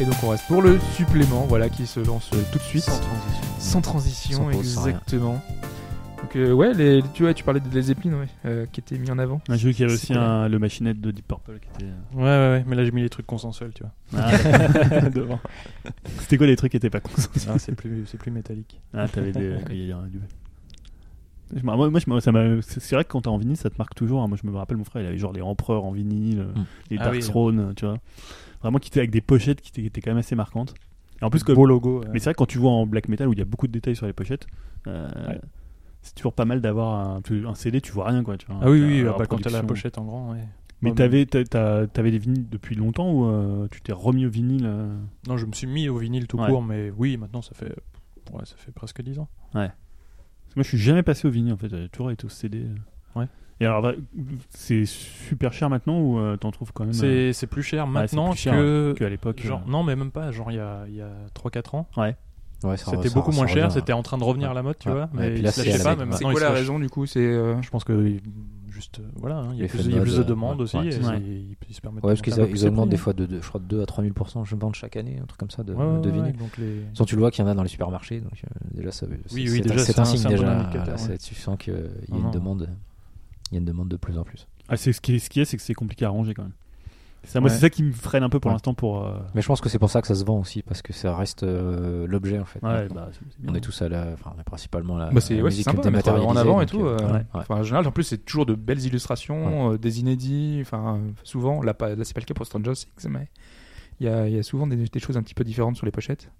Et donc on reste pour le supplément, voilà, qui se lance euh, tout de suite. Sans transition. Sans transition, Sans pause, sans rien. exactement. Donc euh, ouais, les, tu, vois, tu parlais des épines ouais, euh, qui étaient mis en avant. J'ai vu qu'il y avait C'est aussi vrai. un- le machinette de Deep Purple qui était. euh, Ouais, ouais, ouais, mais là j'ai mis les trucs consensuels, tu vois. Ah, d'accord. Devant. C'était quoi les trucs qui étaient pas consensus Ah, c'est plus, c'est plus métallique. Ah, t'avais des. il y a un- du- Je me- moi, moi, je me- ça m'a- c'est c'est vrai que quand t'es en vinyle, ça te marque toujours. hein. Moi, je me rappelle, mon frère, il avait genre les Empereurs en vinyle, euh, Mm. les Ah Dark oui. Throne, euh, tu vois. Vraiment, qui étaient avec des pochettes qui étaient- qui étaient quand même assez marquantes. Et en plus, comme, Beau logo. euh. Mais c'est vrai que quand tu vois en black metal où il y a beaucoup de détails sur les pochettes, euh, Ouais. c'est toujours pas mal d'avoir un, tu- un CD, tu vois rien quoi. Tu vois, Ah oui, T'as oui, la ah bah, quand t'as la reproduction. pochette en grand, ouais. Mais Ouais, t'avais, t'as- t'as- t'avais des vinyles depuis longtemps ou euh, tu t'es remis au vinyle euh, Non, je me suis mis au vinyle tout Ouais. court, mais oui, maintenant ça fait, ouais, ça fait presque 10 ans. Parce que Moi je suis jamais passé au vinyle en fait, j'ai toujours été au CD. euh. Ouais. Et alors, bah, c'est super cher maintenant ou euh, t'en trouves quand même euh, C'est c'est plus cher maintenant plus cher, que. qu'à l'époque euh genre, non, mais même pas, genre il y a, il y a 3-4 ans. Ouais, ça re- C'était ça- beaucoup ça moins cher, revient, c'était en train de revenir à la mode, tu Ouais. vois. Ouais, Mais puis ils là, se c'est lâchaient à la pas, mode. même C'est maintenant, ils quoi se la lâchent. raison du coup C'est euh, Je pense qu'il juste euh, voilà, hein, il y a Les plus, feux de il y a plus de mode, demandes ouais, aussi, ouais. et Ouais. ils, ils se permettent. Ouais, parce qu'ils d'augmenter un peu plus ils les augmentent des prix, hein. fois de, de- je crois, de 2 à 3000% je pense chaque année, un truc comme ça de, Ouais, ouais, de ouais, vinyle. donc les- Sans tu le vois qu'il y en a dans les supermarchés, donc euh, déjà ça veut- c'est- oui, c'est- déjà, c'est c'est un un- signe c'est un bon déjà. indicateur, voilà, c'est- ouais. Tu sens qu'il y a Non, une non. demande, il y a une demande de plus en plus. Ah, c'est ce qui est, ce qui est, c'est que c'est compliqué à ranger quand même. C'est ça, moi Ouais. c'est ça qui me freine un peu pour Ouais. l'instant pour. euh, Mais je pense que c'est pour ça que ça se vend aussi parce que ça reste euh, l'objet en fait. Ouais, maintenant. bah, c'est- c'est bien. on est tous à la, enfin, on est principalement à la, Bah, c'est- la ouais, c'est musique sympa à mettre dématérialisée, en avant et donc, tout, euh, euh, ouais, ouais. Enfin, en général, en plus, c'est toujours de belles illustrations, euh, des inédits. Enfin, euh, souvent, là, pas- là, c'est pas le cas pour Stranger Things, mais il y a, il y a souvent des, des choses un petit peu différentes sur les pochettes.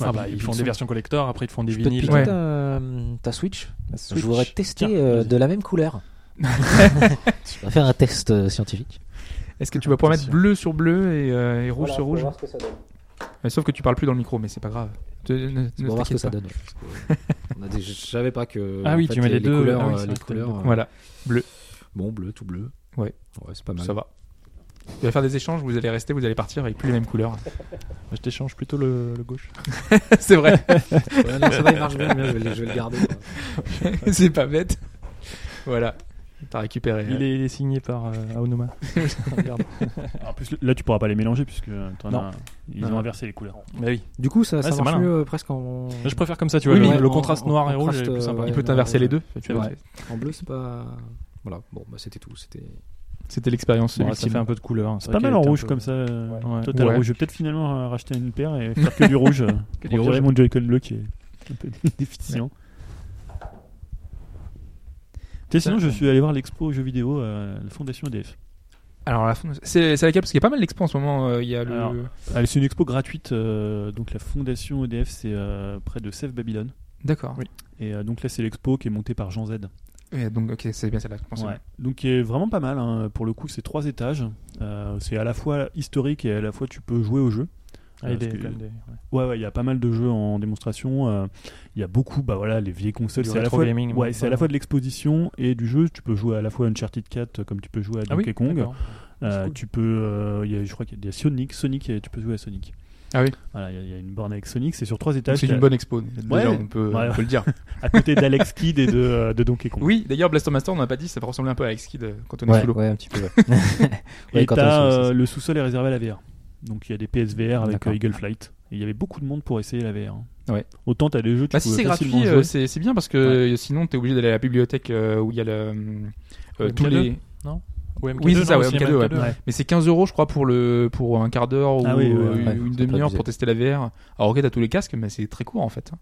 Ah bah, puis- ils puis font ils des sont- versions collector, après ils te font des Je peux te vinyles. piquer Ouais. ta, euh, ta Switch. Switch. Je voudrais tester Tiens, euh, vas-y. de la même couleur. On va faire un test euh, scientifique. Est-ce que tu vas pouvoir mettre Attention. bleu sur bleu et, euh, et rouge sur rouge Euh, Sauf que tu parles plus dans le micro, mais c'est pas grave. Te- ne- ne On va voir ce t'inquiète que ça pas. donne. On a des- Je savais pas que. Ah en oui, fait, tu mets les deux, couleurs. ah oui, euh, c'est les vrai, t'as couleurs, les deux. euh, Voilà, Bon, bleu, tout bleu. Ouais. Ouais, c'est pas mal. ça va. Vous allez faire des échanges, vous allez rester, vous allez partir avec plus les mêmes couleurs. Bah, Je t'échange plutôt le, le gauche. c'est vrai, Ouais, non, ça va, il marche bien. bien, Je vais, le- je vais le garder. quoi. c'est pas bête. Voilà, t'as récupéré. Il est, il est signé par euh, Aonuma. Regarde. En plus, là, tu pourras pas les mélanger puisque t'en Non. as- ils Non. ont inversé les couleurs. Mais Bah oui. Du coup, ça, ça c'est marche malin. mieux euh, presque en. Là, je préfère comme ça, tu vois. Oui, le, oui, le en- contraste en noir et rouge contraste, est plus sympa. euh, Il ouais. peut t'inverser les deux. C'est vrai. C'est- En bleu, c'est pas. Voilà, bon, bah, c'était tout. C'était. C'était l'expérience. Bon, ça ultime. fait un peu de couleur. hein. C'est vrai pas mal qu'elle en était un rouge peu- comme ça. euh, Ouais. Total Ouais. rouge. Je vais peut-être finalement euh, racheter une paire et faire que du rouge. euh, Que du pour virer rouge. mon Joy-Con bleu qui est un peu déficient. Tu sais, sinon, je suis allé voir l'expo jeux vidéo, euh, la fondation EDF. Alors, la fin- c'est c'est laquelle Parce qu'il y a pas mal d'expo en ce moment. euh, Il y a le. Alors, Ah, c'est une expo gratuite. euh, donc, la fondation EDF, c'est euh, près de Sèvres Babylone. D'accord. Oui. Et euh, donc, là, c'est l'expo qui est montée par Jean Z. Et donc, ok, c'est bien celle-là que je pensais. Ouais. Donc qui est vraiment pas mal. hein. Pour le coup, c'est trois étages. Euh, c'est à la fois historique et à la fois tu peux jouer au jeu. Euh, Ah, il Parce est que- quand même des- ouais. Ouais, ouais, il y a pas mal de jeux en démonstration. euh, Il y a beaucoup, bah voilà, les vieilles consoles. Du C'est à la rétro fois, gaming, ouais, ouais, c'est à voilà. la fois de l'exposition et du jeu. Tu peux jouer à la fois à Uncharted 4 euh, comme tu peux jouer à Ah oui, Donkey Kong. d'accord. Euh, cool. Tu peux, euh, il y a, je crois qu'il y a Sonic, Sonic, et tu peux jouer à Sonic. Ah oui. Voilà, il y a- il y, a une borne avec Sonic. C'est sur trois Donc, étages. C'est t'as- une bonne expo. Ouais. Déjà, on peut, Ouais. on peut le dire. À côté d'Alex Kidd et de, euh, de Donkey Kong. Oui, d'ailleurs, Blaster Master, on n'a pas dit, ça ressemblait un peu à Alex Kidd euh, quand on est Ouais, sous l'eau. ouais, un petit peu. ouais. Et Ouais, quand t'as on sort, euh, c'est ça. le sous-sol est réservé à la VR. Donc il y a des PSVR avec D'accord. euh, Eagle Flight. Et il y avait beaucoup de monde pour essayer la VR. hein. Ouais. Autant t'as des jeux, tu Bah, si peux c'est facilement gratuit, jouer. euh, c'est c'est bien parce que euh, sinon, t'es obligé d'aller à la bibliothèque euh, où il y a le, euh, Le tous MK2. les. Ou MK2, Oui, c'est ça, non, ouais, aussi, MK2, MK2, ouais. Mais c'est 15 euros, je crois, pour, le, pour un quart d'heure ou Ah oui, ouais, euh, ouais. une C'est un peu demi-heure abusé. pour tester la VR. Alors, ok, t'as tous les casques, mais c'est très court en fait.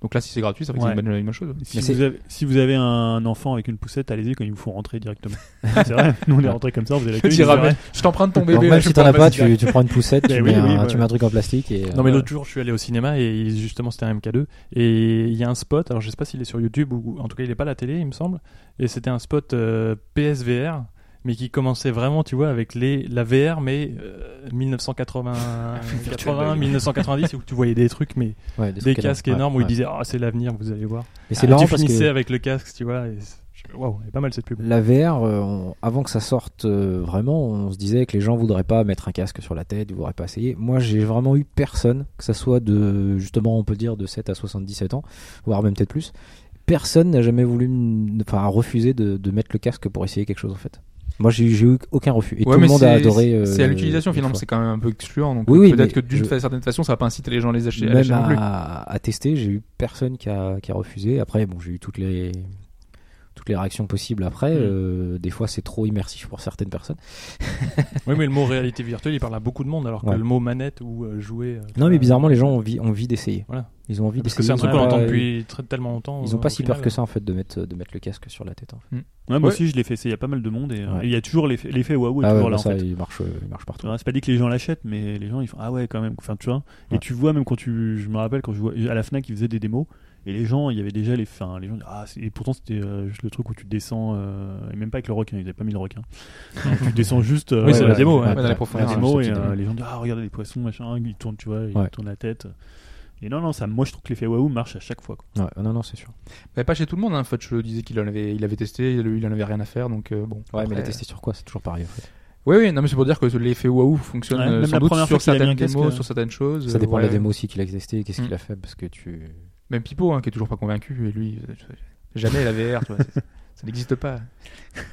Donc là, si c'est gratuit, ça fait que Ouais. c'est une bonne, une bonne chose. Si Mais c'est- vous, avez, si vous avez un enfant avec une poussette, allez-y quand il vous faut rentrer directement. c'est vrai, nous on est rentrés comme ça, vous avez la Je queue. dirais, ils nous mais arrêtent. je t'emprunte ton Donc, bébé. là, même je si prends t'en la as pas, place tu, tu prends une poussette, Ben Mais tu, oui, mets un, oui, ouais. tu mets un truc en plastique. Et, Non mais euh, l'autre jour je suis allé au cinéma et justement c'était un MK2 et il y a un spot, alors je sais pas s'il est sur YouTube ou en tout cas il est pas à la télé il me semble et c'était un spot euh, PSVR mais qui commençait vraiment tu vois avec les la VR mais euh, 1980 80, 1990 où tu voyais des trucs mais ouais, des trucs casques ouais, énormes où ouais. ils disaient oh c'est l'avenir vous allez voir Mais c'est Ah, marrant tu parce finissais que avec le casque tu vois et c'est- je fais, waouh elle est pas mal cette pub la VR, euh, on- avant que ça sorte euh, vraiment, on se disait que les gens voudraient pas mettre un casque sur la tête, ils voudraient pas essayer. Moi, j'ai vraiment eu personne, que ça soit de, justement, on peut dire de 7 à 77 ans, voire même peut-être plus. Personne n'a jamais voulu, me- enfin, a refusé de, de mettre le casque pour essayer quelque chose en fait. Moi, j'ai j'ai eu aucun refus. Et Ouais, tout mais le monde c'est- a adoré. euh, c'est à l'utilisation une finalement, fois. c'est quand même un peu excluant. Donc Oui, oui, peut-être que mais d'une je- certaine façon, ça va pas inciter les gens à les acheter. à Même l'acheter non plus. à, à tester, j'ai eu personne qui a, qui a refusé. Après, bon, j'ai eu toutes les toutes les réactions possibles. Après, Mm. euh, des fois, c'est trop immersif pour certaines personnes. Oui, mais le mot réalité virtuelle, il parle à beaucoup de monde, alors que Ouais. le mot manette ou euh, jouer. euh, tu Non, vois, mais bizarrement, les gens ont envie, ont envie d'essayer. Voilà. Ils ont envie Parce d'essayer. que c'est un truc Ils ont qu'on pas- entend depuis très- tellement longtemps. Ils ont euh, pas au si final. peur que ça en fait de mettre de mettre le casque sur la tête. en fait. Ouais, moi Ouais. aussi, je l'ai fait essayer à pas mal de monde et euh, Ouais. et il y a toujours l'effet l'effet waouh est Ah ouais, toujours bah là en ça, fait. il marche, euh, il marche partout. Alors, C'est pas dit que les gens l'achètent, mais les gens ils font ah ouais quand même. Enfin tu vois. Ouais. Et tu vois même quand tu, je me rappelle quand je vois à la Fnac ils faisaient des démos et les gens il y avait déjà les, enfin les gens ah c'est- et pourtant c'était euh, juste le truc où tu descends euh, et même pas avec le requin ils avaient pas mis le requin. tu descends juste. euh, Oui, c'est ouais, la démo, ouais. Ouais, dans les la profondeurs, Ouais, démo c'est et une petite euh, démo. les gens disent ah regardez les poissons machin ils tournent tu vois ils Ouais. tournent la tête. Et non non ça moi je trouve que l'effet waouh marche à chaque fois. quoi. Ouais, Ah, non, non, c'est sûr. Mais pas chez tout le monde. Hein. Fudge disait qu'il en avait, il avait testé, lui, il en avait rien à faire. Donc euh, bon. Ouais, mais la Après, tester sur quoi C'est toujours pareil. En fait. Oui, oui, non, mais c'est pour dire que l'effet waouh fonctionne Ouais, euh, même sans la doute première sur fois qu'il a mis certaines un casque, démos, euh, sur certaines choses. Ça euh, dépend de ouais. la démo aussi qu'il a testée, qu'est-ce qu'il Mm. a fait, parce que tu. Même Pipo, hein, qui est toujours pas convaincu, et lui, euh, jamais la VR, tu vois, c'est- ça n'existe pas.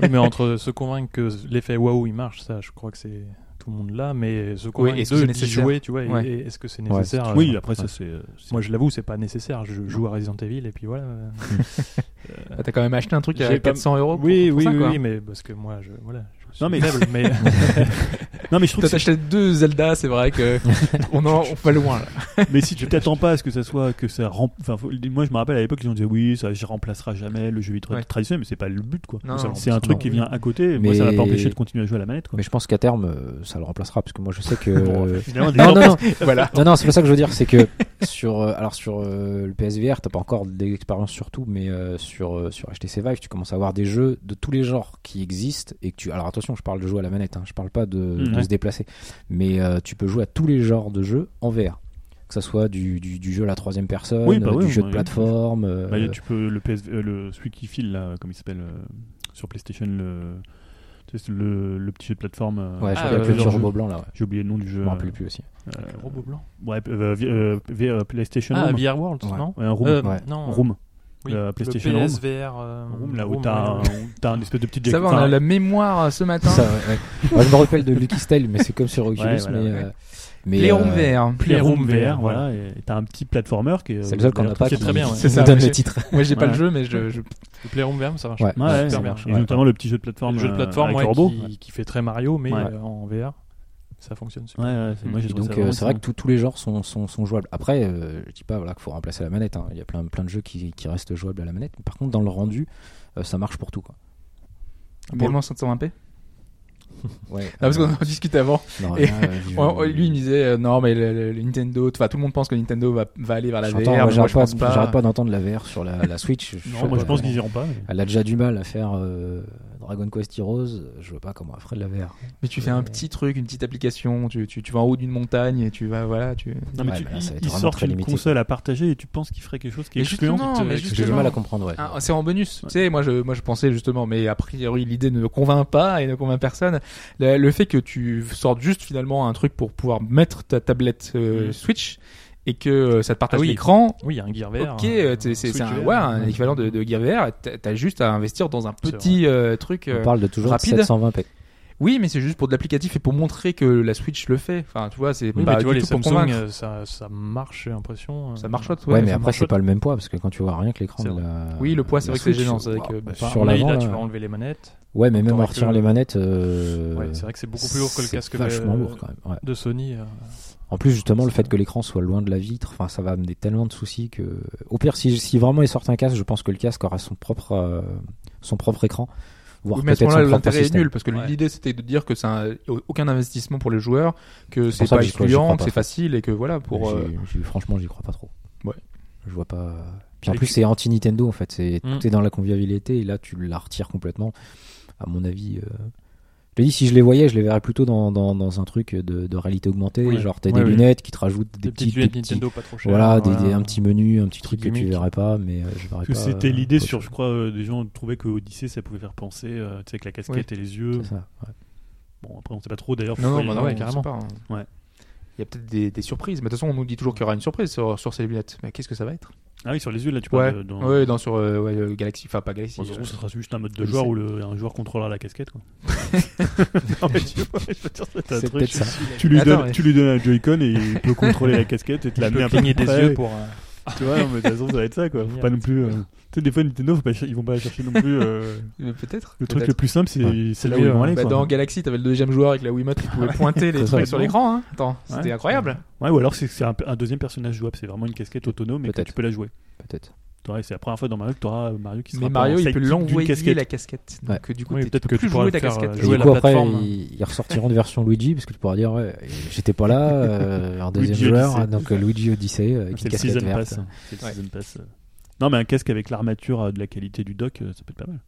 Oui, mais entre se convaincre que l'effet waouh il marche, ça, je crois que c'est tout le monde là, mais se convaincre est-ce que de c'est d'y nécessaire jouer, tu vois, et- Ouais. et est-ce que c'est Ouais, nécessaire euh, oui après Ah ouais. ça c'est. euh, c'est- Moi, je l'avoue, c'est pas nécessaire. Je joue à Resident Evil et puis voilà. Ah, T'as quand même acheté un truc à J'ai pas- 400 Oh, euros pour, oui, pour oui, ça, oui, quoi. mais parce que moi, je, voilà, je suis Non, mais- faible, mais euh, non mais je trouve Toi, que t'achetais deux Zelda, c'est vrai que on, en, on va loin. Là. Mais si tu t'attends pas à ce que ça soit que ça rem- enfin, faut- moi je me rappelle à l'époque les gens disaient oui ça je remplacera jamais le jeu vidéo Ouais. traditionnel mais c'est pas le but quoi. Non, Ça- non, c'est un truc non, qui oui. vient à côté moi ça Mais- va pas empêcher de continuer à jouer à la manette quoi. Mais je pense qu'à terme, euh, ça le remplacera, parce que moi, je sais que. Ah, Finalement, des Euh, Non, gens- non, non, voilà. non, non, c'est pas ça que je veux dire, c'est que sur, euh, alors sur euh, le PSVR, t'as pas encore d'expérience sur tout, mais euh, sur, euh, sur HTC Vive, tu commences à avoir des jeux de tous les genres qui existent et que tu. Alors attention, je parle de jouer à la manette, hein, je parle pas de, de ouais. se déplacer, mais euh, tu peux jouer à tous les genres de jeux en VR, que ça soit du, du, du jeu à la troisième personne, Oui, bah euh, oui, du jeu de oui. plateforme. euh, Bah, tu peux le PS euh, le celui qui file là comme il s'appelle euh, sur PlayStation le tu sais, le, le petit jeu de plateforme euh, ouais, Ah, je- avec euh, le leur petit plusieurs robot jeux. blanc là, ouais. j'ai oublié le nom du je jeu. me rappelle plus aussi. euh, le robot blanc. Ouais, euh, vi- euh, vi- euh, PlayStation Ah, Room. VR World, Ouais. non Ouais, un room, Euh, Ouais. Non, room. oui, euh, le PlayStation PSVR, euh, Room, là où Room, t'as ouais. un, où t'as un espèce de petit Ça va, on enfin, a la mémoire euh, ce matin. Ça, ouais, ouais. Moi, je me rappelle de Lucky Style, mais c'est comme sur Oculus, Ouais, voilà, mais, ouais. euh, mais, Les ronds euh, verts. Playroom Playroom VR, VR, voilà, et t'as un petit platformer qui est. C'est le seul qu'on n'a pas qui est très bien, ouais. C'est C'est ça, ça, donne mais- le titre. Moi, j'ai pas Voilà. le jeu, mais je, je- Le Playroom VR, ça marche. Ouais, ouais, Ouais, ouais, super ça bien. marche, Et ouais. notamment le petit jeu de plateforme. Le jeu de euh, plateforme avec ouais, le robot. qui, qui fait très Mario, mais Ouais. euh, en VR, ça fonctionne super. Ouais, ouais, c'est- moi j'ai Et trouvé donc ça euh, vraiment c'est vrai que excellent. tous- tous les genres sont, sont, sont jouables. Après, euh, je dis pas voilà qu'il faut remplacer la manette. hein. Il y a plein plein de jeux qui, qui restent jouables à la manette. Par contre, dans le rendu, euh, ça marche pour tout quoi. pour le moment 720p. Ouais. Non, Ah, parce Euh, qu'on en discute avant. non, et- là, euh, je- Ouais, ouais, lui, il me disait euh, non, mais le, le- le Nintendo, enfin, tout le monde pense que Nintendo va, va aller vers la j'entends, VR. ouais, mais moi, j'arrête je pense pas, j'arrête pas. pas d'entendre la VR sur la, la Switch. Je- Non, moi je pense qu'ils iront pas. Elle a déjà du mal à faire euh, Dragon Quest Heroes. Je vois pas comment elle ferait de la VR. Mais tu fais un petit truc, une petite application. Tu, tu, tu vas en haut d'une montagne et tu vas, voilà, tu. Non, mais Ouais, tu- mais là, ça va être ils vraiment sortent très une limité, console à partager et tu penses qu'ils feraient quelque chose qui est Mais excluant. justement, qui te- mais qui te- J'ai du Justement. mal à comprendre. ouais. Ah, c'est en bonus. Ouais. Tu sais, moi je, moi je pensais justement, mais a priori l'idée ne convainc pas et ne convainc personne. Le, le fait que tu sortes juste finalement un truc pour pouvoir mettre ta tablette euh, Mm. Switch et que euh, ça te partage Ah oui. l'écran. Oui, il y a un Gear hein. VR. Ok, un- euh, t'es- un c'est c'est Switch un, VR. ouais, un équivalent de, de Gear VR. T'as t'as juste à investir dans un C'est petit euh, truc. euh, On parle de toujours de rapide. 720p. Oui, mais c'est juste pour de l'applicatif et pour montrer que la Switch le fait. Enfin, tu vois, c'est Oui, pas mais tu vois, du les tout pour Samsung, convaincre. euh, ça, ça marche, j'ai l'impression. euh, Ça marche, Ouais, ouais, mais ça après marche. c'est pas le même poids parce que quand tu vois rien que l'écran C'est de la. Oui, le poids, c'est la vrai que c'est Switch, gênant. C'est vrai que waouh, bah, sur sur là, l'avant. là, là- tu vas enlever les manettes. Ouais, mais même en Avec retirant le- les manettes, euh, Ouais, c'est vrai que c'est beaucoup plus lourd que le c'est casque de- Vachement lourd quand même. ouais. de Sony. euh. En plus, justement, le fait que l'écran soit loin de la vitre, enfin, ça va amener tellement de soucis que, au pire, si, si vraiment ils sortent un casque, je pense que le casque aura son propre, euh, son propre écran, voire Oui, mais à ce peut-être son moment-là, propre l'intérêt est système. nul parce que Ouais. l'idée c'était de dire que ça a aucun investissement pour les joueurs, que c'est pour ça pas que j'y crois- j'y crois excluant, que pas. c'est facile et que voilà pour. J'y- euh, j'y- franchement, j'y crois pas trop. Ouais. Je vois pas. Puis en Et plus, tu- c'est anti Nintendo en fait. C'est Mm. tout est dans la convivialité et là, tu la retires complètement. À mon avis. euh, Je te dis, si je les voyais, je les verrais plutôt dans, dans, dans un truc de, de réalité augmentée. Oui. Genre, t'as Ouais, des oui. lunettes qui te rajoutent des, Des petits- petites des lunettes petits- Nintendo pas trop euh, chères. Voilà, des, voilà. des- un petit menu, un petit truc que tu gimmick. verrais pas, mais euh, je verrais Parce que pas, c'était euh, l'idée autre sur, je chose. crois, euh, des gens trouvaient que Odyssey ça pouvait faire penser, euh, tu sais, avec la casquette et les yeux. C'est ça, ouais. Bon, après on sait pas trop d'ailleurs. Non, pourquoi non, ils bah non, ouais, l'ont- ouais, carrément. carrément. Ouais. il y a peut-être des, des surprises. Mais de toute façon, on nous dit toujours qu'il y aura une surprise sur, sur ces lunettes. Mais qu'est-ce que ça va être Ah oui, sur les yeux, là, tu Ouais, parles de- dans- ouais, dans sur euh, ouais, euh, Galaxy, enfin pas Galaxy. Bon, de toute euh, façon, ce sera juste un mode de Oui, joueur c'est- où le- un joueur contrôlera la casquette. Quoi. non, mais tu vois, je veux dire, c'est un C'est truc. peut-être ça. Tu lui, Attends, donnes, mais- tu lui donnes un Joy-Con et il peut contrôler la casquette et te la Je met peux un peu cligner des près. yeux pour. euh, Tu vois, mais de toute façon, ça va être ça quoi. Faut pas non plus. euh, Tu sais, des fois, Nintendo, faut pas cher- ils vont pas chercher non plus. euh, mais Peut-être. Le truc peut-être. le plus simple, c'est c'est là où mieux, ils vont hein. aller. Bah, quoi. dans Galaxy, t'avais le deuxième joueur avec la Wiimote qui pouvait pointer les C'est trucs vrai. sur l'écran. Hein. Attends, c'était Ouais. incroyable. Ouais, ou alors c'est- c'est un, un deuxième personnage jouable. C'est vraiment une casquette autonome et que Peut-être. tu peux la jouer. peut-être. T'auras- C'est la première fois dans Mario que tu auras Mario qui sera Mais pas en Mario, il sidekick peut d'une l'envoyer casquette. la casquette. Donc euh, du coup, Oui, t'es- tu peut-être peux que plus tu pourras jouer le ta faire, casquette. euh, Et Jouer du la coup, après, plateforme. hein. ils, ils ressortiront une version Luigi, parce que tu pourras dire, ouais, j'étais pas là, euh, en deuxième Luigi joueur, Odyssey. donc euh, Luigi Odyssey, euh, avec C'est une le casquette season verte. pass. hein. C'est le Ouais. season pass. euh. Non, mais un casque avec l'armature euh, de la qualité du dock, euh, ça peut être pas mal.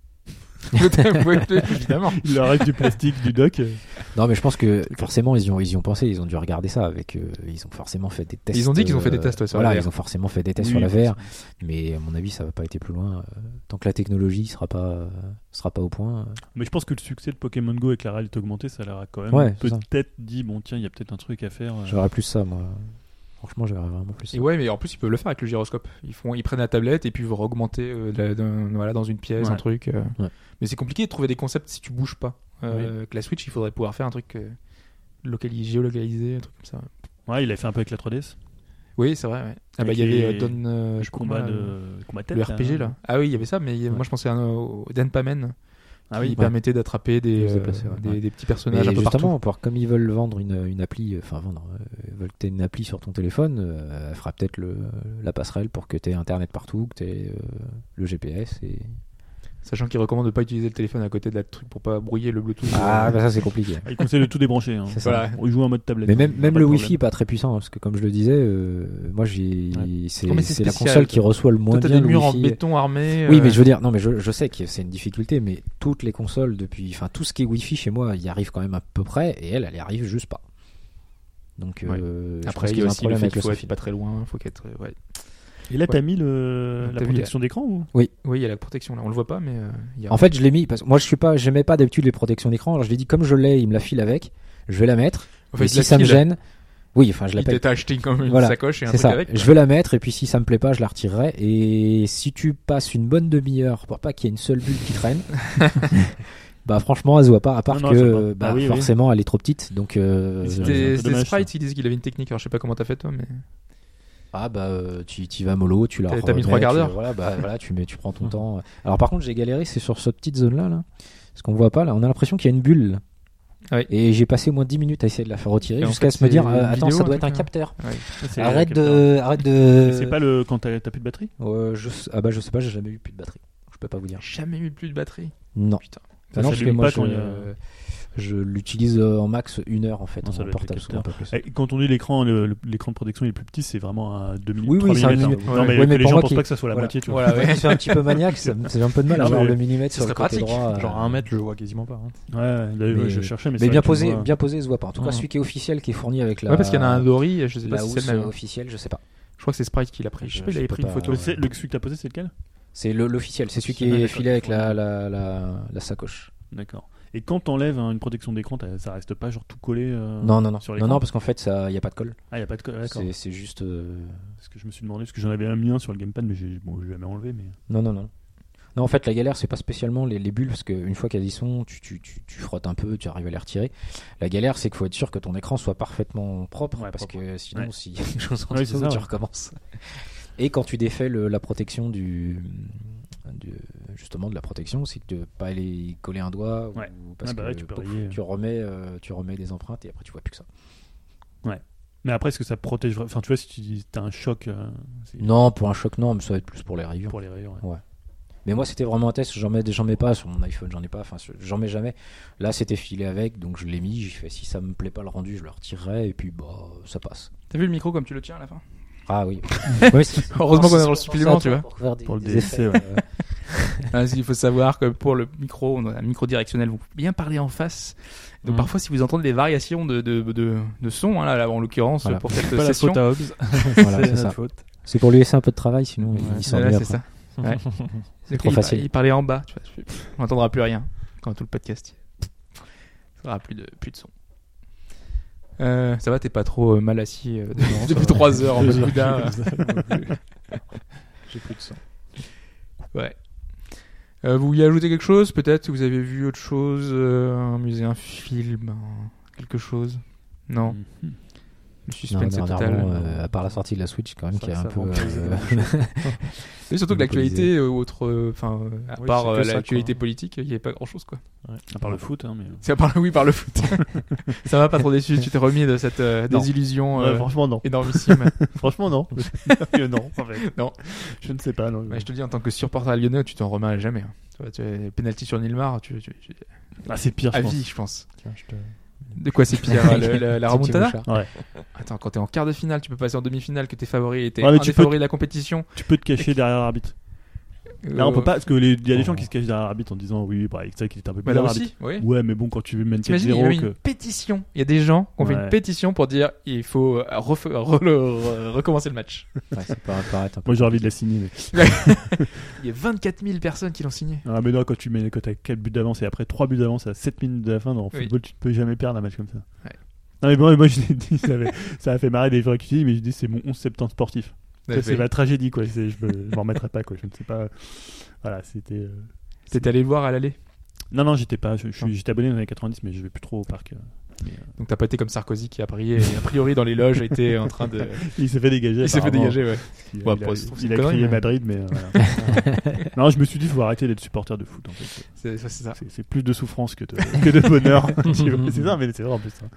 Ouais, Évidemment. Il leur reste du plastique du dock. euh. Non, mais je pense que forcément, ils y ont, ils y ont pensé, ils ont dû regarder ça avec. euh, ils ont forcément fait des tests. Ils ont dit qu'ils ont fait des euh, tests, ouais, sur la Voilà, VR. ils ont forcément fait des tests sur Oui, la oui, VR. Mais à mon avis, ça va pas été plus loin. euh, Tant que la technologie sera pas, euh, sera pas au point. euh. Mais je pense que le succès de Pokémon Go avec la réalité augmentée, ça leur a quand même Ouais, c'est ça. peut-être dit bon, tiens, il y a peut-être un truc à faire. euh. J'aurais plus ça, moi. Franchement, j'aurais vraiment plus ça. Et ouais, mais en plus, ils peuvent le faire avec le gyroscope. Ils, font, ils prennent la tablette et puis ils vont augmenter euh, la- d'un- voilà, dans une pièce, Ouais. un truc. euh. Ouais. Mais c'est compliqué de trouver des concepts si tu bouges pas. Euh, Que la Switch, il faudrait pouvoir faire un truc euh, localis- géolocalisé, un truc comme ça. Ouais, il a fait un peu avec la 3DS. Oui, c'est vrai. ouais. Ah Avec bah, il y avait les- euh, Don. euh, je Le sais combat pas, euh, de combat de tête, hein. Le RPG, là. Ah oui, il y avait ça, mais il y a- Ouais. moi, je pensais à, euh, au Dan Pamen. Ah qui oui. permettait d'attraper De des, se euh, déplacer, ouais. des, Ouais. des petits Mais personnages un peu partout. justement, pour- comme ils veulent vendre une, une appli, euh, enfin vendre, euh, ils veulent que tu une appli sur ton téléphone, euh, elle fera peut-être le- la passerelle pour que tu aies Internet partout, que tu aies le GPS. Et... Sachant qu'il recommande de pas utiliser le téléphone à côté de la truc pour pas brouiller le Bluetooth. Ah, Euh, bah ça, c'est compliqué. Il conseille de tout débrancher. Hein. C'est ça. voilà. On joue en mode tablette. Mais même, hein, même pas le de Wi-Fi problème. est pas très puissant, hein, parce que comme je le disais, euh, moi j'ai, c'est, Non, mais c'est c'est la spécial, console toi. qui reçoit le moins Toi, t'as bien des le murs en Wi-Fi. béton armé. Oui, euh, mais je veux dire, non, mais je, je sais que c'est une difficulté, mais toutes les consoles depuis, enfin tout ce qui est Wi-Fi chez moi, y arrive quand même à peu près, et elle, elle y arrive juste pas. Donc euh, je pense Après, il y qu'ils a ont un aussi le problème fait avec qu'il le faut sans être fil. pas très loin, faut qu'être. euh, ouais. Et là, Ouais. t'as mis le... T'as la vu, protection d'écran ou Oui, il y a la protection là, on le voit pas, mais euh, il y a. En fait, je l'ai mis parce que moi je suis pas, j'aimais pas d'habitude les protections d'écran. Alors je l'ai dit comme je l'ai, il me la file avec, je vais la mettre. En et fait, si ça me il a- gêne, oui, enfin je Il l'appelle. t'a acheté comme une Voilà, sacoche et un C'est truc ça. avec. quoi. je vais la mettre et puis si ça me plaît pas, je la retirerai. Et si tu passes une bonne demi-heure pour pas qu'il y ait une seule bulle qui traîne, bah franchement, elle se voit pas. À part Non, non, que elle se voit pas. bah, Ah oui, oui. forcément, elle est trop petite. Donc euh, Mais euh, c'est- C'était peu c'était dommage, Sprite, ils disent qu'il avait une technique, alors je sais pas comment t'as fait toi, mais. ah bah euh, tu tu y vas mollo, tu la. T'as- t'as mis remets, trois quarts tu- d'heure. Voilà, bah voilà, tu mets, tu prends ton temps. Alors par contre, j'ai galéré, c'est sur cette petite zone là, là, ce qu'on voit pas là. On a l'impression qu'il y a une bulle. Ah oui. Et j'ai passé au moins 10 minutes à essayer de la faire retirer Et en jusqu'à fait, se me dire c'est euh, une attends vidéo, ça doit un être un truc, capteur C'est- arrête capteur. de arrête de C'est pas le quand t'as t'as plus de batterie Euh, je... sais- Ah bah je sais pas, j'ai jamais eu plus de batterie. Je peux pas vous dire. Jamais eu plus de batterie. Non. Ah Putain. Ça non, s'allume pas je, quand il y a- je l'utilise euh, en max une heure en fait. Non, ça en doit être portable, le capteur. souvent pas plus. Et Quand on dit l'écran, le- le- l'écran de protection il est plus petit, c'est vraiment à 2 minutes. Oui, oui, 3 c'est un millimètres, hein. millimètre. Non, mais, Ouais, que mais les pour gens moi pensent qui- pas que ça soit la Voilà. moitié, tu vois. Voilà, ouais. Je suis un petit peu maniaque, ça me- j'ai un peu de mal à Non, voir mais le millimètre ce sur le serait côté pratique. droit. euh, Genre à un mètre, je le vois quasiment pas. hein. Ouais, là, Mais- je cherchais, mais, c'est Mais bien vrai que tu le posé, vois. bien posé, se voit pas. En tout cas, Ouais. celui qui est officiel, qui est fourni avec la. Ouais, parce qu'il y en a un Dory, je sais pas la si housse c'est le euh, même. officielle, je sais pas. Je crois que c'est Sprite qui l'a pris. Je sais pas, il avait Je pris une peux photo. pas- C'est- Le celui que t'as posé, c'est lequel C'est le- l'officiel, c'est celui qui Ah, est d'accord, filé avec ouais. la, la, la, la sacoche. D'accord. Et quand t'enlèves hein, une protection d'écran, t'as- ça reste pas genre tout collé euh, Non, non, non. sur Non, l'écran non, parce qu'en fait, ça, y a pas de colle. Ah, y a pas de colle, d'accord. C'est c'est juste. euh, Parce que je me suis demandé, parce que j'en avais un mien sur le gamepad, mais j'ai- bon, je l'ai jamais enlevé. Mais... Non, non, non. Non, en fait, la galère, c'est pas spécialement les, les bulles, parce qu'une fois qu'elles y sont, tu, tu, tu, tu frottes un peu, tu arrives à les retirer. La galère, c'est qu'il faut être sûr que ton écran soit parfaitement propre, Ouais, parce propre. que sinon, Ouais. s'il y a quelque chose en Ouais, dessous, c'est ça, tu ouais. recommences. Et quand tu défais le- la protection du, du- Justement, de la protection, c'est que de pas aller coller un doigt, ou- Ouais. ou parce Ah bah que ouais, tu peux pouf, rayer. tu remets, euh, tu remets des empreintes et après, tu vois plus que ça. mais après, est-ce que ça protège vra- Enfin, tu vois, si tu dis t'as un choc euh, c'est- Non, pour un choc, non, mais ça va être plus pour les rayures. pour les rayures. ouais. Mais moi, c'était vraiment un test. J'en mets, j'en mets pas sur mon iPhone, j'en ai pas. Enfin, sur- j'en mets jamais. Là, c'était filé avec, donc je l'ai mis. J'ai fait si ça me plaît pas le rendu, je le retirerai et puis bah ça passe. T'as vu le micro comme tu le tiens à la fin Ah oui. Ouais, c'est- Heureusement qu'on est c'est dans le pour supplément, ça, tu vois. Pour, faire des- Pour le des DLC, effets, ouais. euh, Ah, si, il faut savoir que pour le micro, on a un micro directionnel, vous pouvez bien parler en face. Donc Mm. Mhm. parfois, si vous entendez des variations de, de, de, de son, hein, là, là, en l'occurrence, Voilà. pour cette Pas la session. faute à Hobbes. voilà, C'est c'est notre ça. faute. C'est pour lui laisser un peu de travail, sinon Ouais, il Ouais, s'ennuie c'est après. ça. Ouais. C'est trop il, par- facile. Il parlait en bas, tu vois. je- pff, On n'entendra plus rien quand tout le podcast. Ça aura plus de, plus de son. Euh, ça va, t'es pas trop euh, mal assis euh, dedans, ça va. Depuis 3 heures en Deux heures. Bermuda. J'ai plus de sang. Ouais. Euh, vous vouliez ajouter quelque chose Peut-être que vous avez vu autre chose euh, Un musée, un film un- Quelque chose Non. Le Mhm. Mm. Non, suspense est total. dernièrement, euh, à part la sortie de la Switch, quand même, Ça, qui est ça un va peu. en plus, euh, Et surtout que l'actualité, euh, autre, euh, enfin, euh, à Oui, part c'est que euh, ça, l'actualité quoi. politique, il n'y avait pas grand-chose, quoi. À part le foot, hein, mais. C'est à part, oui, par le foot. ça va pas trop déçu. Tu t'es remis de cette euh, Non. désillusion euh, Ouais, franchement, non. énormissime. Franchement, non. Euh, non, en fait. Non. Je ne sais pas. Non. Ouais, je te le dis, en tant que supporter lyonnais, tu t'en remets à jamais. hein. Tu vois, tu- Penalty sur Nilmar, tu, tu, tu- Ah, c'est pire, je à pense. vie, je pense. Tiens, je te... De quoi c'est pire le- le- La Petit remontada Bouchard. Attends, quand t'es en quart de finale, tu peux passer en demi-finale, que tes favoris étaient Ouais, mais un tu des peux- favoris de la compétition. euh, Tu peux te cacher derrière l'arbitre. Là, on peut pas, parce qu'il y a des gens qui se cachent derrière l'arbitre en disant oui, bah, avec ça, qu'il était un peu Oh. Bah plus là l'arbitre. aussi, oui. Ouais, mais bon, quand tu veux mener T'imagines, il y a 4-0, eu une que. pétition. Il y a des gens qui ont fait Ouais. une pétition pour dire il faut euh, ref- re- le- re- recommencer le match. Ouais, ça peut apparaître un peu. Moi, j'ai envie de la signer. mais- Il y a 24 000 personnes qui l'ont signé. Ah, mais non, quand tu mets, quand t'as 4 buts d'avance et après 3 buts d'avance à 7 minutes de la fin, dans le Oui. football, tu ne peux jamais perdre un match comme ça. Ouais. Non, mais bon, moi, je l'ai dit, ça, avait- ça a fait marrer des gens qui disent, mais je dis, c'est mon 11 septembre sportif. Ça, Ouais, c'est ma tragédie, quoi. C'est- Je me- je m'en remettrai pas, quoi. Je ne sais pas. Voilà, c'était. euh, T'es allé le voir à l'aller. Non, non, j'étais pas. je- je suis- J'étais abonné dans les années 90, mais je vais plus trop au parc. euh. Donc t'as pas été comme Sarkozy qui a prié, et a priori dans les loges était en train de. Il s'est fait dégager. Il s'est fait apparemment, dégager, ouais. parce qu'il- Ouais, euh, il a, bon, ça se trouve, il c'est a une connerie, mais- crié Madrid, mais euh, voilà. non, je me suis dit, faut arrêter d'être supporter de foot. En fait. C'est ça, c'est ça. c'est, c'est plus de souffrance que de, que de bonheur. tu vois. c'est ça, mais c'est vrai en plus. hein.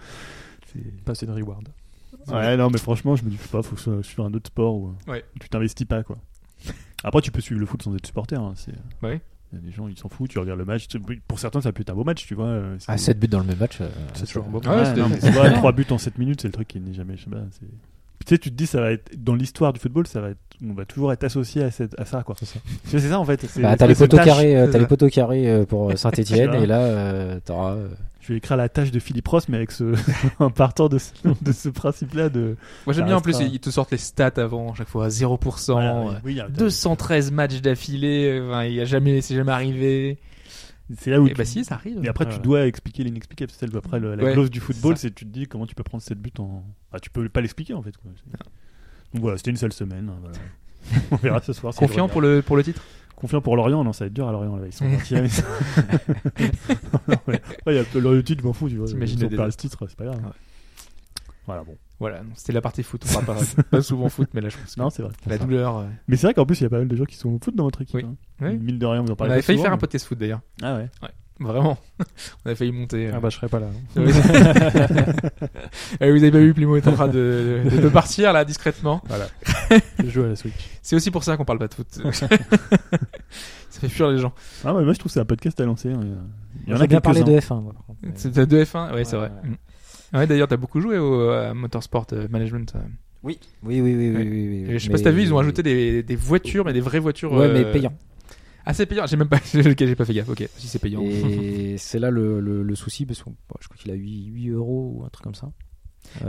C'est- Passer de reward. Ouais, non, mais franchement, je me dis, je sais pas, faut que ça- suivre un autre sport où, euh, Ouais. où tu t'investis pas, quoi. Après, tu peux suivre le foot sans être supporter. hein, c'est, Ouais. Il y a des gens, ils s'en foutent, tu regardes le match. tu- Pour certains, ça peut être un beau match, tu vois. euh, c'est- Ah, 7 buts dans le même match. euh, C'est toujours beau. Ah ouais, c'était- non, mais c'est vrai, trois buts en 7 minutes, c'est le truc qui n'est jamais. Je sais pas, c'est- Puis tu sais, tu te dis, ça va être dans l'histoire du football, ça va être, on va toujours être associé à, cette, à ça, quoi. C'est ça. C'est ça en fait. c'est- Bah, t'as les cette poteaux tâche. carrés, euh, c'est t'as les ça. poteaux carrés euh, pour Tu Saint-Etienne vois. et là euh, t'auras. euh, Je vais écrire la tâche de Philippe Ross, mais avec ce en partant de ce, de ce principe-là de. Moi j'aime Ça bien en plus, restera- ils te sortent les stats avant, à chaque fois à 0%. Voilà, euh, oui, oui, il y a- 213 matchs d'affilée, enfin, il y a jamais, c'est jamais arrivé. C'est là où. Et tu- bah si, ça arrive. Et après, tu Voilà. dois expliquer l'inexplicable. C'est ça, le- après le- la Ouais, clause du football, ça. c'est tu te dis comment tu peux prendre 7 buts en. Ah, tu peux pas l'expliquer en fait. Quoi. C'est- Ah. Donc voilà, c'était une seule semaine. hein, voilà. On verra ce soir. si je Confiant regarde. pour le, pour le titre Confiant pour Lorient, non, ça va être dur à Lorient, là, ils sont partis. mais ça- Non, mais après, il y a le titre, je m'en fous, tu vois. T'imagines ils ont les perdu ce titre, c'est pas grave. Ouais. Voilà, bon. Voilà, non, c'était la partie foot. On parle pas, pas souvent foot, mais là je pense. que Non, c'est vrai. la douleur. euh, Mais c'est vrai qu'en plus, il y a pas mal de gens qui sont au foot dans votre équipe. Oui. hein. Oui. Mine de rien, vous en On parlez. avait pas failli souvent, faire un mais- podcast foot d'ailleurs. Ah ouais. Vraiment. On a failli monter. euh. Ah bah je serais pas là. Oui. Eh, vous avez pas vu, Plimo est en train de, de, de partir là discrètement. Je joue à la Switch. C'est aussi pour ça qu'on parle pas de foot. ça fait fuir les gens. Ah ouais, moi je trouve que c'est un podcast à lancer. hein. Il y en j'ai a bien parlé quelques-uns. de F1. moi, par contre, mais- C'est de F1, ouais, c'est Ouais, vrai. ouais. Mm. Ouais, d'ailleurs, t'as beaucoup joué au à Motorsport euh, Management. euh. Oui, oui, oui, oui, Ouais. oui, oui, Et je sais mais- pas si t'as vu, ils ont ajouté des, des voitures, mais des vraies voitures. Ouais, mais euh, payant. Ah, c'est payant. J'ai même pas, ok, j'ai pas fait gaffe. Ok, si c'est payant. Et c'est là le, le, le souci, parce que bon, je crois qu'il a 8, 8 euros ou un truc comme ça.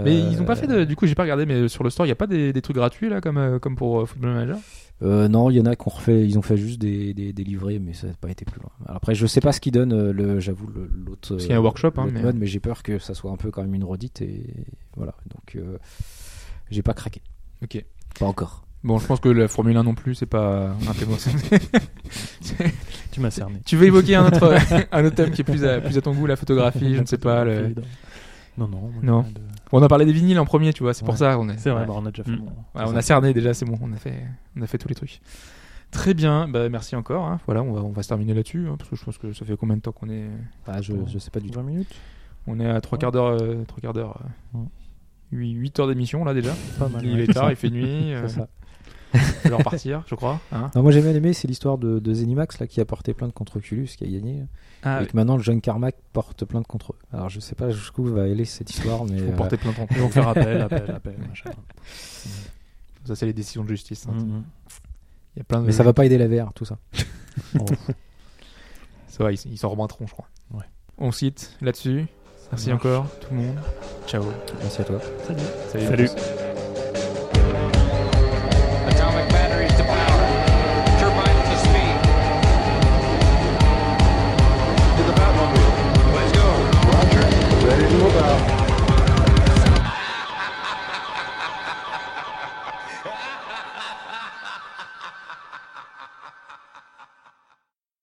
Mais Euh, ils ont pas fait de, du coup, j'ai pas regardé, mais sur le store, il y a pas des, des trucs gratuits là, comme, euh, comme pour euh, Football Manager. euh, non, il y en a qui ont refait, ils ont fait juste des, des, des livrets, mais ça n'a pas été plus loin. Alors après, je sais pas ce qu'ils donnent, euh, le, j'avoue, le- l'autre. Parce qu'il y a un workshop, hein, l'autre mais- mode, mais j'ai peur que ça soit un peu quand même une redite, et voilà. Donc, euh, j'ai pas craqué. Ok. Pas encore. Bon, je pense que la Formule 1 non plus, c'est pas un thème. Tu m'as cerné. tu veux évoquer un autre, un autre thème qui est plus à, plus à ton goût, la photographie, je ne sais pas. le- Non non. moi, Non. j'ai pas de- On a parlé des vinyles en premier, tu vois, c'est pour Ouais. ça. On est, C'est vrai. Ouais, bah, on a déjà fait. Mm. mon- Ah, on a cerné déjà, c'est bon, on a fait, on a fait tous les trucs. Très bien, bah, merci encore. hein. Voilà, on va, on va se terminer là-dessus, hein, parce que je pense que ça fait combien de temps qu'on est Ah, je, je sais pas du tout. 20 minutes. On est à trois quarts d'heure, euh, trois quarts d'heure. euh, Ouais. huit- huit heures d'émission là déjà. Pas mal. Il ouais. est tard, il fait nuit. euh, ça. faut leur partir, je crois. hein. Non, moi j'ai bien aimé, c'est l'histoire de, de Zenimax là, qui a porté plainte contre Oculus, qui a gagné. Ah, et que maintenant, le jeune Carmack porte plainte contre eux. Alors je sais pas jusqu'où va aller cette histoire, mais. faut euh, porter plainte en Ils vont faire appel, appel, appel, machin. Ça, c'est les décisions de justice. hein. Mhm. Il y a plein de. Mais ça va pas aider la VR, tout ça. Ça va, ils ils s'en remettront, je crois. Ouais. On cite là-dessus. Merci marche. encore, tout le monde. Ciao. Merci à toi. Salut. Salut. à tous.